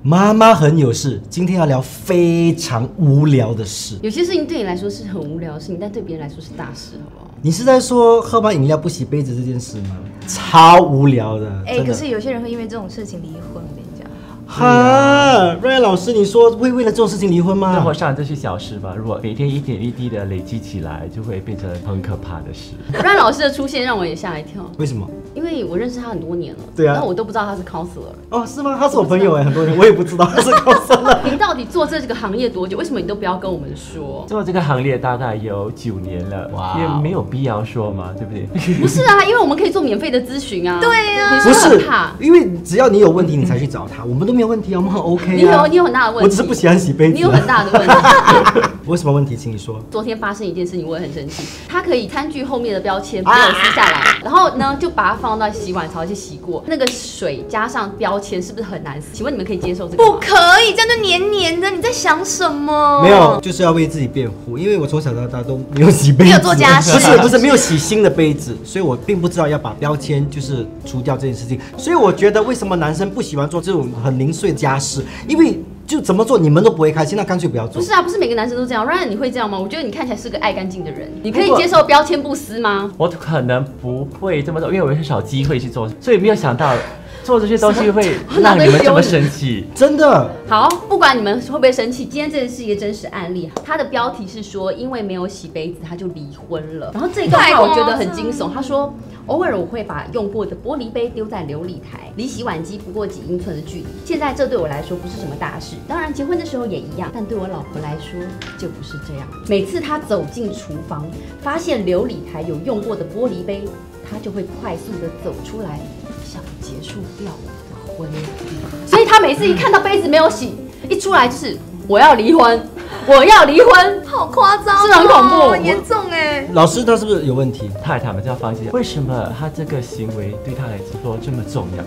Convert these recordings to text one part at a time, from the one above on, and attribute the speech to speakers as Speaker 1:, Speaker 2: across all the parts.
Speaker 1: 妈妈很有事，今天要聊非常无聊的事。
Speaker 2: 有些事情对你来说是很无聊的事情，但对别人来说是大事，好不好？
Speaker 1: 你是在说喝完饮料不洗杯子这件事吗？超无聊的，
Speaker 3: 哎、
Speaker 1: 真
Speaker 3: 可
Speaker 1: 的。
Speaker 3: 是有些人会因为这种事情离婚，我跟你讲。
Speaker 1: 哈，瑞老师，你说会为了这种事情离婚
Speaker 4: 生活
Speaker 1: 吗？
Speaker 4: 上这些小事吧，如果每天一点一滴的累积起来，就会变成很可怕的事。
Speaker 2: 让老师的出现让我也吓一跳，
Speaker 1: 为什么？
Speaker 2: 因为我认识他很多年了，
Speaker 1: 对啊
Speaker 2: 但我都不知道他是 counselor。
Speaker 1: 哦，是吗？他是我朋友哎，很多人我也不 知道他是高僧了。
Speaker 2: 你到底做这个行业多久？为什么你都不要跟我们说？
Speaker 4: 做这个行列大概有九年了，
Speaker 1: 哇
Speaker 4: 也没有必要说嘛，对不对？
Speaker 2: 不是啊，因为我们可以做免费的咨询啊。
Speaker 3: 对啊
Speaker 2: 你
Speaker 1: 不
Speaker 2: 是
Speaker 1: 是
Speaker 2: 很怕，，
Speaker 1: 因为只要你有问题，你才去找他，我们都没有问题啊，我们很 OK 啊。
Speaker 2: 你有你有很大的问题，
Speaker 1: 我只是不喜欢洗杯子啊
Speaker 2: 你有很大的问题。
Speaker 1: 我有什么问题，请你说。
Speaker 2: 昨天发生一件事情，我也很生气。他可以餐具后面的标
Speaker 1: 啊
Speaker 2: 签没有撕下来，然后呢就把它放到洗碗槽去洗过，那个水加上标签是不是很难撕？请问你们可以接受这个吗？
Speaker 3: 不可以，这样就黏黏的。你在想什么？
Speaker 1: 没有，就是要为自己辩护，因为我从小到大都没有洗杯子，
Speaker 3: 没有做 家事
Speaker 1: 不是不是没有洗新的杯子，所以我并不知道要把标签就是除掉这件事情，所以我觉得为什么男生不喜欢做这种很零碎家事，因为就怎么做你们都不会开心，那干脆不要
Speaker 2: 不
Speaker 1: 做。
Speaker 2: 是啊，不是每个男生都这样。Ryan，你会这样吗？我觉得你看起来是个爱干净的人，你可以
Speaker 4: 不过
Speaker 2: 接受标签不撕吗？
Speaker 4: 我可能不会这么做，因为我很少机会去做，所以没有想到做这些东西会让你们这么生气。
Speaker 1: 真的，
Speaker 2: 好，不管你们会不会生气，今天这是一个真实案例。它的标题是说，因为没有洗杯子，他就离婚了。然后这一段
Speaker 3: 太
Speaker 2: 话
Speaker 3: 夸张
Speaker 2: 我觉得很惊悚。他说，偶尔我会把用过的玻璃杯丢在琉璃台，离洗碗机不过几英寸的距离。现在这对我来说不是什么大事，当然结婚的时候也一样，但对我老婆来说就不是这样。每次她走进厨房，发现琉璃台有用过的玻璃杯，她就会快速的走出来，想结束掉我的婚姻。所以他每次一看到杯子没有洗，一出来就是我要离婚， 我要离婚。
Speaker 3: 好夸张哦、
Speaker 2: 是很恐怖
Speaker 3: 很严重哎、
Speaker 1: 老师他是不是有问题？
Speaker 4: 太太们就要放弃，为什么他这个行为对他来说这么重要？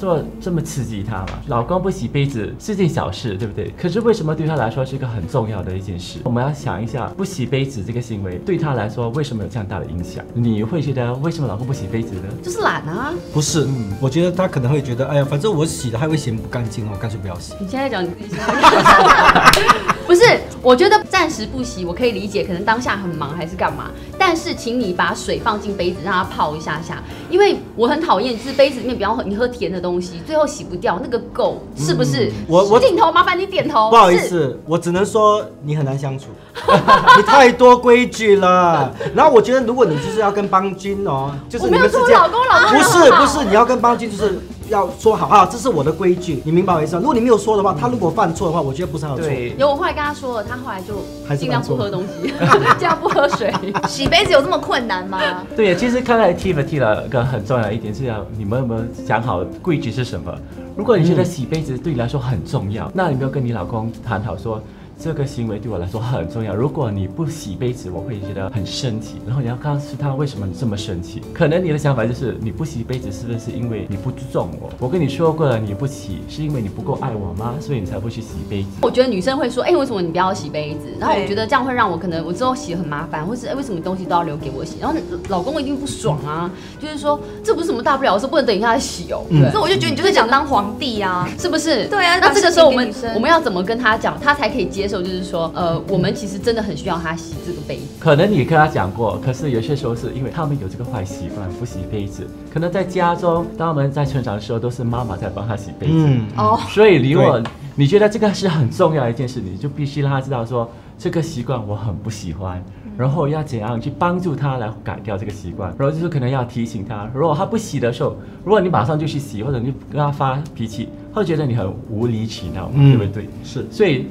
Speaker 4: 说这么刺激他嘛？老公不洗杯子是件小事，对不对？可是为什么对他来说是一个很重要的一件事？我们要想一下，不洗杯子这个行为对他来说为什么有这样大的影响？你会觉得为什么老公不洗杯子呢？
Speaker 2: 就是懒啊！
Speaker 1: 不是，我觉得他可能会觉得，哎呀，反正我洗了还会嫌不干净，哦我干脆不要洗。
Speaker 2: 你现在讲你自己是 不是？我觉得暂时不洗我可以理解，可能当下很忙还是干嘛。但是请你把水放进杯子，让它泡一下下，因为我很讨厌就是杯子里面，比方说你喝甜的东西，最后洗不掉那个垢，是不是？
Speaker 1: 嗯我我
Speaker 2: 点头，麻烦你点头。
Speaker 1: 不好意
Speaker 2: 哦是，
Speaker 1: 思，我只能说你很难相处， 你太多规矩了。然后我觉得，如果你就是要跟邦君哦，就是
Speaker 2: 我
Speaker 1: 你
Speaker 2: 没有
Speaker 1: 们是
Speaker 2: 说我
Speaker 1: 这样
Speaker 2: 老，公，老公
Speaker 1: 不
Speaker 2: 很
Speaker 1: 是
Speaker 2: 好
Speaker 1: 不是，你要跟邦君就是要说好啊，这是我的规矩，你明白我意思吗？如果你没有说的话，他如果犯错的话，我觉得不是他的错。
Speaker 4: 对，
Speaker 2: 有，我后来跟他说了，他后来就
Speaker 1: 还是
Speaker 2: 尽量不
Speaker 1: 蛮
Speaker 2: 喝东西， 尽量不喝水。
Speaker 3: 洗杯子有这么困难吗？
Speaker 4: 对，其实刚才 Tiff 提了个很重要的一点，是要你们有没有想好规矩是什么？如果你觉得洗杯子对你来说很重要，那你有没有跟你老公谈好说？这个行为对我来说很重要。如果你不洗杯子，我会觉得很生气。然后你要告诉他为什么你这么生气。可能你的想法就是你不洗杯子是不是因为你不尊重我？我跟你说过了，你不洗是因为你不够爱我吗？所以你才不去洗杯子。
Speaker 2: 我觉得女生会说，哎、为什么你不要洗杯子？然后我
Speaker 3: 对
Speaker 2: 觉得这样会让我可能我之后洗很麻烦，或是哎、为什么东西都要留给我洗？然后老公一定不爽啊，就是说这不是什么大不了，我说不能等一下再洗哦、
Speaker 1: 嗯
Speaker 2: 对
Speaker 3: 所以我就觉得你就是想当皇帝啊。
Speaker 2: 是不是？
Speaker 3: 对啊
Speaker 2: 那这个时候我们
Speaker 3: 把事情给女生
Speaker 2: 我们要怎么跟他讲，他才可以接受？就是说，呃，我们其实真的很需要他洗这个杯子。
Speaker 4: 可能你跟他讲过，可是有些时候是因为他们有这个坏习惯，不洗杯子。可能在家中，当他们在成长的时候，都是妈妈在帮他洗杯子。
Speaker 1: 嗯，
Speaker 3: 哦，
Speaker 4: 所以如果
Speaker 1: 对
Speaker 4: 你觉得这个是很重要的一件事，你就必须让他知道说这个习惯我很不喜欢，然后要怎样去帮助他来改掉这个习惯，然后就是可能要提醒他，如果他不洗的时候，如果你马上就去洗，或者你跟他发脾气，他会觉得你很无理取闹，
Speaker 1: 嗯
Speaker 4: 对不对？
Speaker 1: 是
Speaker 4: 所以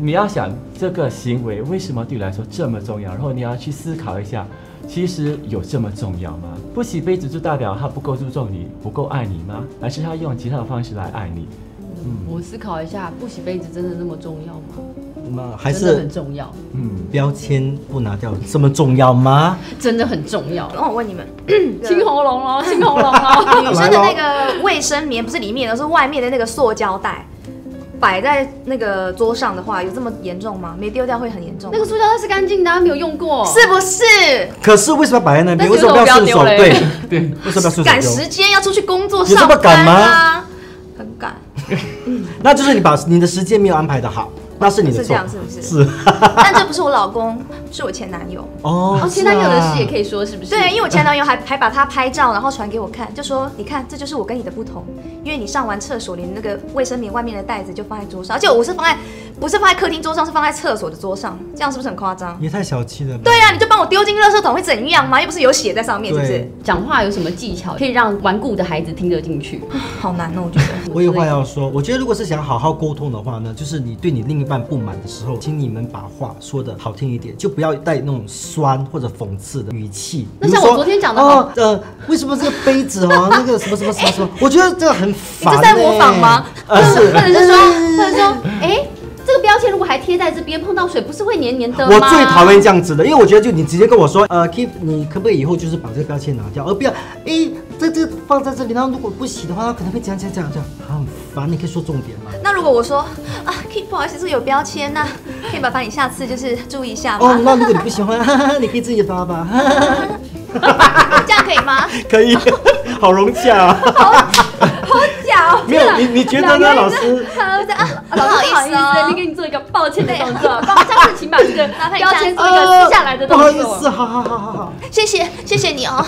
Speaker 4: 你要想这个行为为什么对你来说这么重要，然后你要去思考一下，其实有这么重要吗？不洗杯子就代表他不够注重你，不够爱你吗？还是他用其他的方式来爱你？
Speaker 1: 嗯
Speaker 2: 我思考一下，不洗杯子真的那么重要吗？
Speaker 1: 那还
Speaker 2: 真的很
Speaker 1: 是
Speaker 2: 重要，
Speaker 4: 嗯，
Speaker 1: 标签不拿掉这么重要吗？
Speaker 2: 真的很重要。
Speaker 3: 哦然后我问 你们，
Speaker 2: 清喉咙 了，清喉咙哦了。
Speaker 3: 女生的那个卫生棉不是里面的，而是外面的那个塑胶袋，摆在那个桌上的话，有这么严重吗？没丢掉会很严重吗。
Speaker 2: 那个塑胶袋是干净的、啊，没有用过。
Speaker 3: 是不是
Speaker 1: 可是为什么要摆在那边？
Speaker 2: 但
Speaker 1: 为
Speaker 2: 是
Speaker 1: 什么不要顺
Speaker 2: 为什
Speaker 1: 手？
Speaker 2: 么不要丢
Speaker 1: 对
Speaker 2: 嘞
Speaker 4: 对，
Speaker 1: 为什么不要顺手
Speaker 3: 赶
Speaker 1: 丢
Speaker 3: 时间要出去工作啊
Speaker 1: 有这
Speaker 3: 上
Speaker 1: 么赶
Speaker 3: 班
Speaker 1: 吗
Speaker 3: 啊？很赶。
Speaker 1: 那就是你把你的时间没有安排的好，那是你的错。
Speaker 3: 是这样是不是
Speaker 1: 是
Speaker 3: 但这不是我老公，是我前男友。
Speaker 1: 哦
Speaker 2: 哦，前男友的事也可
Speaker 1: 以。
Speaker 2: 以说是不是？
Speaker 3: 对，因为我前男友还还把他拍照，然后传给我看，就说你看，这就是我跟你的不同，因为你上完厕所，连那个卫生棉外面的袋子就放在桌上，而且我是放在不是放在客厅桌上，是放在厕所的桌上，这样是不是很夸张？
Speaker 1: 也太小气了吧？
Speaker 3: 对啊呀、你就帮我丢进垃圾桶会怎样吗？又不是有血在上面，是不是
Speaker 1: 对？
Speaker 2: 讲话有什么技巧可以让顽固的孩子听得进去？
Speaker 3: 好难哦，我觉得。
Speaker 1: 我有话要说，我觉得如果是想好好沟通的话呢，就是你对你另一半不满的时候，请你们把话说的好听一点，就不要带那种酸或者讽刺的语气。
Speaker 2: 那像
Speaker 1: 比如说
Speaker 2: 我昨天讲的
Speaker 1: 哦，呃，为什么这个杯子哦，那个什么什么什么什么，我觉得这个很
Speaker 3: 你
Speaker 1: 烦、欸。
Speaker 3: 这在模仿吗？？
Speaker 1: 呃，是
Speaker 2: 或。者是说，
Speaker 3: 嗯
Speaker 2: 或者说，哎、这个标签如果还贴在这边，碰到水不是会黏黏的吗？
Speaker 1: 我最讨厌这样子的，因为我觉得就你直接跟我说，呃，Keep，你可不可以以后就是把这个标签拿掉，而不要，诶，这这放在这里，然后如果不洗的话，它可能会这样这样这样这样，啊很烦。你可以说重点吗？
Speaker 3: 那如果我说啊，Keep，不好意思，这个有标签，那可以麻烦你下次就是注意一下
Speaker 1: 哦，
Speaker 3: 吗？
Speaker 1: 那如果你不喜欢， 哈哈，你可以自己发吧，哈哈
Speaker 3: 这样可以吗？
Speaker 1: 可以， 好融洽啊。
Speaker 3: 假哦，
Speaker 1: 没有，你你觉得呢，老师？
Speaker 3: 我在啊，
Speaker 2: 不
Speaker 3: 不好意思哦
Speaker 2: 那。给你做一个抱歉的动作，帮我下次请把这 个标签做一个撕下来的
Speaker 1: 呃不
Speaker 2: 动
Speaker 1: 好意思，啊
Speaker 2: 作。
Speaker 1: 好好好好好，
Speaker 3: 谢谢谢谢你 哦。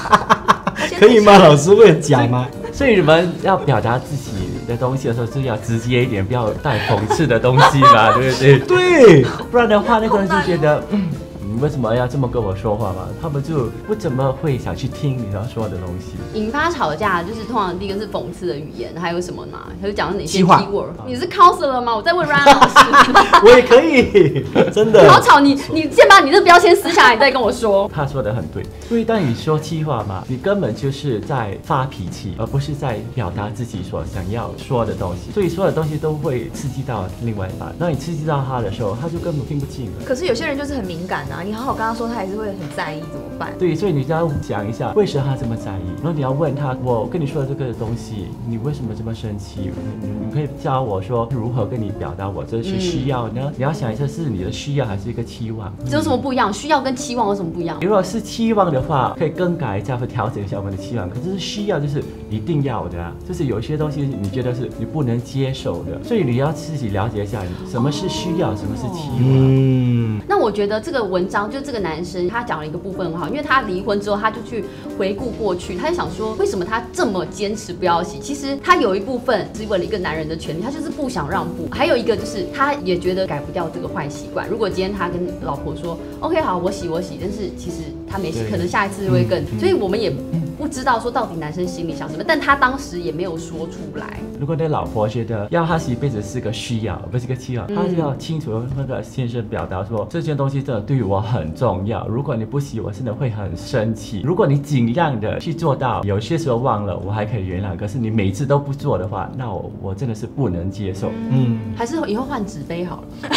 Speaker 1: 可以 吗？老师会讲 吗？
Speaker 4: 所以你们要表达自己的东西的时候，就要直接一点，不要带讽刺的东西嘛，对不对？
Speaker 1: 对，
Speaker 4: 不然的话，那个人就觉得，嗯，你为什么要这么跟我说话嘛？他们就不怎么会想去听你要说的东西。
Speaker 2: 引发吵架就是通常第一个是讽刺的语言，还有什么嘛？还有讲到哪些
Speaker 1: 计划
Speaker 2: keyword？你是 counselor 吗？我在问 Ryan 老师。
Speaker 1: 我也可 以，真的。
Speaker 2: 好吵，你你先把你这标签撕下来，你再跟我说。
Speaker 4: 他说的很对，因为当你说气话嘛，你根本就是在发脾气，而不是在表达自己所想要说的东西。所以说的东西都会刺激到另外一半。那你刺激到他的时候，他就根本听不进了。
Speaker 3: 可是有些人就是很敏感啊，你好好跟他说，他还是会很在意，怎么办？
Speaker 4: 对，所以你就要讲一下为什么他这么在意，然后你要问他，我跟你说的这个东西，你为什么这么生气？你你你可以教我说如何跟你表达我这是需要呢？你要想一下是你的需要还是一个期望。
Speaker 2: 这有什么不一样？需要跟期望有什么不一样？
Speaker 4: 如果是期望的话，可以更改一下或调整一下我们的期望。可是需要就是一定要的啊，就是有一些东西你觉得是你不能接受的，所以你要自己了解一下你什么是需要，什么是期望。
Speaker 1: 嗯，
Speaker 2: 那我觉得这个文章就这个男生他讲了一个部分很好，因为他离婚之后他就去回顾过去，他就想说为什么他这么坚持不要洗？其实他有一部分是为了一个男人的权利，他就是不想让步；还有一个就是他也觉得改不掉这个坏习惯。如果今天他跟老婆说 OK 好，我洗我洗，但是其实他没洗，
Speaker 4: 对
Speaker 2: 可能下一次会更，所以我们也不知道说到底男生心里想什么，但他当时也没有说出来。
Speaker 4: 如果你老婆觉得要她洗杯子是个需要，不是个期望，她就要清楚地那个先生表达说这件东西真的对我很重要。如果你不洗，我真的会很生气。如果你尽量的去做到，有些时候忘了我还可以原谅，可是你每次都不做的话，那我我真的是不能接受。
Speaker 1: 嗯，
Speaker 2: 还是以后换纸杯好了。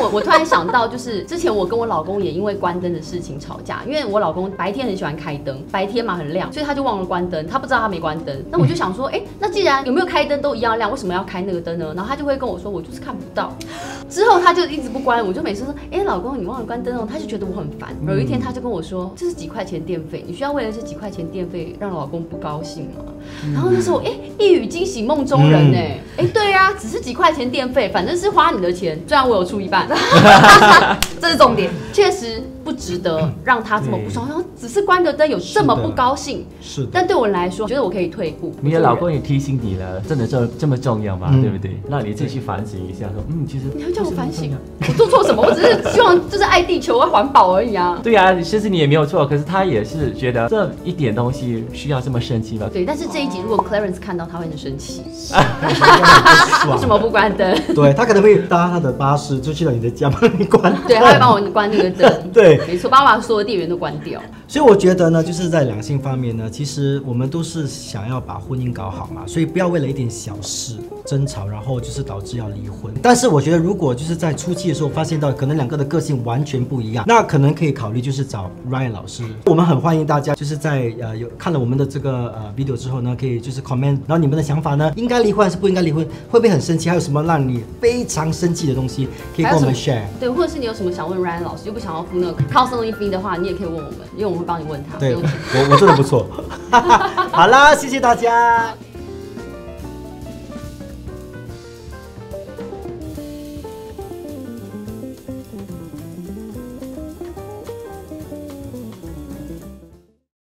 Speaker 2: 我我突然想到，就是之前我跟我老公也因为关灯的事情吵架，因为我老公白天很喜欢开灯，白天嘛很亮，所以他就忘了关灯，他不知道他没关灯。那我就想说，哎、那既然有没有开灯都一样亮，为什么要开那个灯呢？然后他就会跟我说，我就是看不到。之后他就一直不关，我就每次说，哎、老公你忘了关灯哦，他就觉得我很烦。
Speaker 4: 嗯
Speaker 2: 有一天他就跟我说，这是几块钱电费，你需要为了这几块钱电费让老公不高兴吗？
Speaker 4: 嗯
Speaker 2: 然后那时候，哎、一语惊醒梦中人呢、 哎、对啊，只是几块钱电费，反正是花你的钱，虽然我有出一半，
Speaker 3: 这是重点。
Speaker 2: 确实不值得让他这么不爽。然后只是关个灯，有这么不高兴？
Speaker 1: 是的。
Speaker 2: 但对我来说，觉得我可以退步。
Speaker 4: 你的老公也提醒你了，真的这这么重要吗？
Speaker 1: 嗯
Speaker 4: 对不对？那你自己去反省一下，说嗯，其实
Speaker 2: 你要叫我反省啊？我做错什么？我只是希望就是爱地球、爱环保而已啊。
Speaker 4: 对啊，其实你也没有错，可是他也是觉得这一点东西需要这么生气吗？
Speaker 2: 对，但是这一集如果 Clarence 看到，他会很生气，为
Speaker 1: 为
Speaker 2: 什么不关灯？
Speaker 1: 对他可能会搭他的巴士，就去到你的家帮你关。
Speaker 2: 对，他会帮我关那个灯。
Speaker 1: 对
Speaker 2: 没错，帮我把所有电源都关掉。
Speaker 1: 所以我觉得呢，就是在两性方面呢，其实我们都是想要把婚姻搞好嘛，所以不要为了一点小事争吵，然后就是导致要离婚。但是我觉得，如果就是在初期的时候发现到可能两个的个性完全不一样，那可能可以考虑就是找 Ryan 老师。我们很欢迎大家就是在呃有看了我们的这个呃 video 之后呢，可以就是呃 comment，然后你们的想法呢，应该离婚还是不应该离婚，会不会很生气，还有什么让你非常生气的东西可以跟我
Speaker 2: 还有
Speaker 1: 们
Speaker 2: 什
Speaker 1: share。
Speaker 2: 对，或者是你有什么想问 Ryan 老师，又不想要付那个 counseling fee 的话，你也可以问我们，因为我们会帮你问他。
Speaker 1: 对
Speaker 2: 不
Speaker 1: 我
Speaker 2: 用紧
Speaker 1: 我真的不错。好啦，谢谢大家。